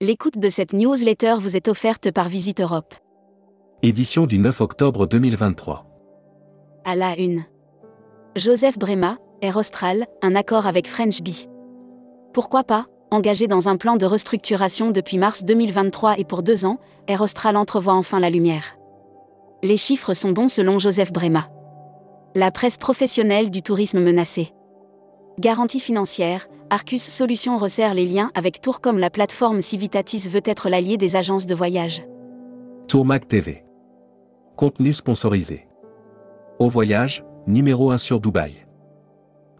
L'écoute de cette newsletter vous est offerte par Visite Europe. Édition du 9 octobre 2023. À la une. Joseph Brema, Air Austral, un accord avec French Bee. Pourquoi pas Engagé dans un plan de restructuration depuis mars 2023 et pour deux ans, Air Austral entrevoit enfin la lumière. Les chiffres sont bons selon Joseph Brema. La presse professionnelle du tourisme menacée. Garantie financière, Arcus Solutions resserre les liens avec Tour comme la plateforme Civitatis veut être l'allié des agences de voyage. Tourmac TV. Contenu sponsorisé. Au voyage, numéro 1 sur Dubaï.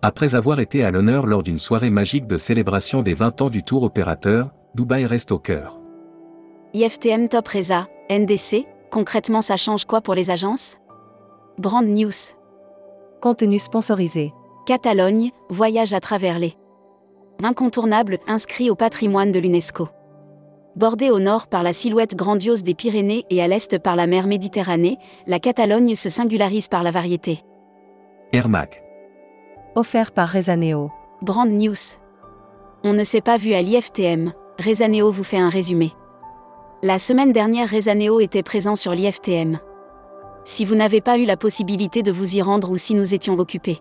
Après avoir été à l'honneur lors d'une soirée magique de célébration des 20 ans du tour opérateur, Dubaï reste au cœur. IFTM Top Reza, NDC, concrètement ça change quoi pour les agences Brand News. Contenu sponsorisé. Catalogne, voyage à travers les. Incontournable inscrit au patrimoine de l'UNESCO. Bordée au nord par la silhouette grandiose des Pyrénées et à l'est par la mer Méditerranée, la Catalogne se singularise par la variété. Airmac. Offert par Rezaneo. Brand News. On ne s'est pas vu à l'IFTM, Rezaneo vous fait un résumé. La semaine dernière, Rezaneo était présent sur l'IFTM. Si vous n'avez pas eu la possibilité de vous y rendre ou si nous étions occupés.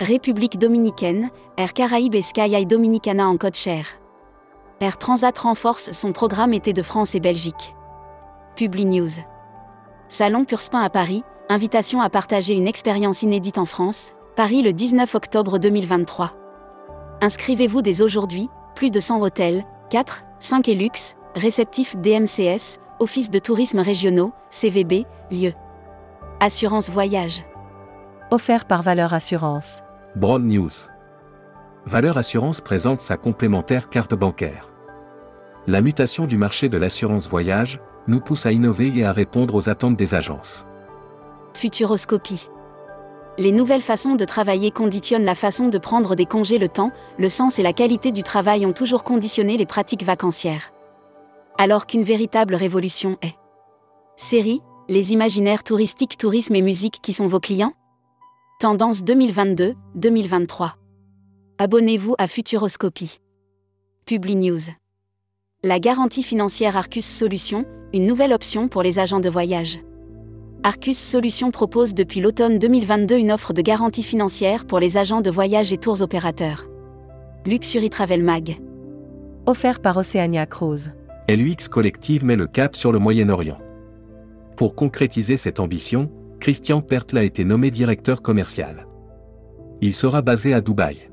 République dominicaine, Air Caraïbes et Sky High Dominicana en code cher. Air Transat renforce son programme été de France et Belgique. Publi News. Salon Purspin à Paris, invitation à partager une expérience inédite en France, Paris le 19 octobre 2023. Inscrivez-vous dès aujourd'hui, plus de 100 hôtels, 4, 5 et luxe, réceptifs DMCS, Office de tourisme régionaux, CVB, lieu. Assurance voyage. Offert par Valeur Assurance. Broad News. Valeur Assurance présente sa complémentaire carte bancaire. La mutation du marché de l'assurance voyage nous pousse à innover et à répondre aux attentes des agences. Futuroscopie. Les nouvelles façons de travailler conditionnent la façon de prendre des congés le temps, le sens et la qualité du travail ont toujours conditionné les pratiques vacancières. Alors qu'une véritable révolution est. Série, les imaginaires touristiques, tourisme et musique qui sont vos clients Tendance 2022-2023. Abonnez-vous à Futuroscopie. Publi News. La garantie financière Arcus Solutions, une nouvelle option pour les agents de voyage. Arcus Solutions propose depuis l'automne 2022 une offre de garantie financière pour les agents de voyage et tours opérateurs. Luxury Travel Mag. Offert par Oceania Cruise. LUX Collective met le cap sur le Moyen-Orient. Pour concrétiser cette ambition, Christian Pertl a été nommé directeur commercial. Il sera basé à Dubaï.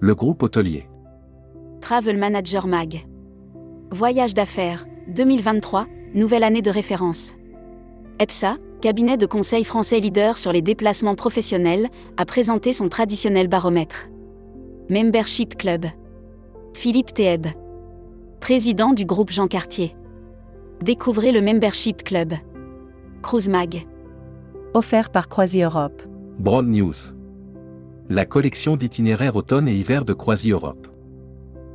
Le groupe hôtelier. Travel Manager Mag. Voyage d'affaires, 2023, nouvelle année de référence. EPSA, cabinet de conseil français leader sur les déplacements professionnels, a présenté son traditionnel baromètre. Membership Club. Philippe Théeb. Président du groupe Jean Cartier. Découvrez le Membership Club. Cruise Mag. Offert par Croisi Europe. Broad News. La collection d'itinéraires automne et hiver de Croisi Europe.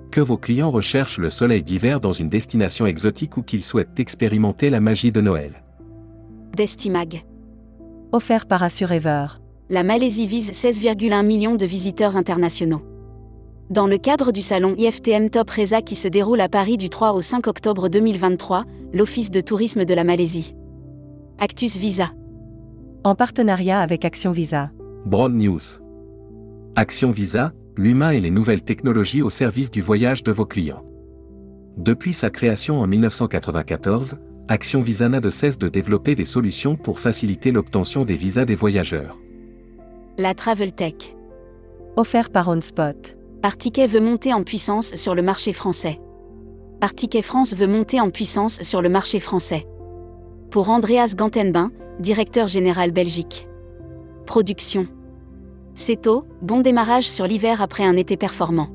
Que vos clients recherchent le soleil d'hiver dans une destination exotique ou qu'ils souhaitent expérimenter la magie de Noël. Destimag. Offert par Assurever. la Malaisie vise 16,1 millions de visiteurs internationaux. Dans le cadre du salon IFTM Top Reza qui se déroule à Paris du 3 au 5 octobre 2023, l'Office de tourisme de la Malaisie. Actus Visa. En partenariat avec Action Visa. Broad News. Action Visa, l'humain et les nouvelles technologies au service du voyage de vos clients. Depuis sa création en 1994, Action Visa n'a de cesse de développer des solutions pour faciliter l'obtention des visas des voyageurs. La Travel Tech. Offert par OnSpot. Artiquet veut monter en puissance sur le marché français. Artiquet France veut monter en puissance sur le marché français. Pour Andreas Gantenbin, directeur général Belgique. Production. CETO, bon démarrage sur l'hiver après un été performant.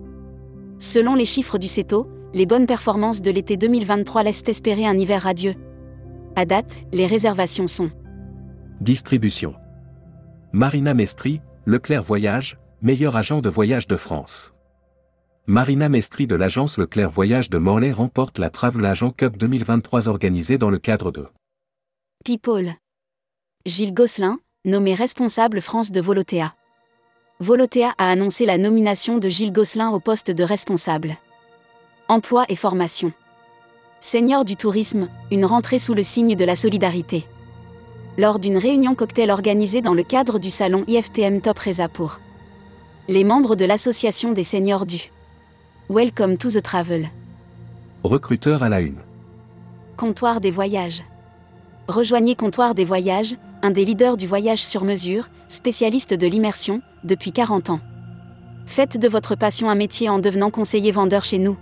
Selon les chiffres du CETO, les bonnes performances de l'été 2023 laissent espérer un hiver radieux. À date, les réservations sont Distribution. Marina Mestri, Leclerc Voyage, meilleur agent de voyage de France. Marina Mestri de l'agence Leclerc Voyage de Morlaix remporte la Travel Agent Cup 2023 organisée dans le cadre de People. Gilles Gosselin, nommé responsable France de Volotea. Volotea a annoncé la nomination de Gilles Gosselin au poste de responsable. emploi et formation. Seigneur du tourisme, une rentrée sous le signe de la solidarité. Lors d'une réunion cocktail organisée dans le cadre du salon IFTM Top Reza pour les membres de l'association des seniors du Welcome to the Travel, Recruteur à la une. comptoir des voyages. Rejoignez Comptoir des voyages, un des leaders du voyage sur mesure, spécialiste de l'immersion, depuis 40 ans. Faites de votre passion un métier en devenant conseiller vendeur chez nous.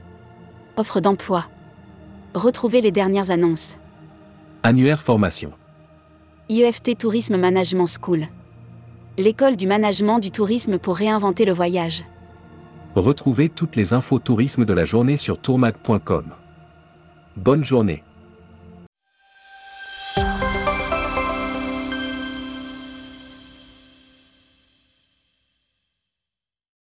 Offre d'emploi. Retrouvez les dernières annonces. Annuaire formation. IEFT Tourisme Management School. L'école du management du tourisme pour réinventer le voyage. Retrouvez toutes les infos tourisme de la journée sur tourmag.com. Bonne journée.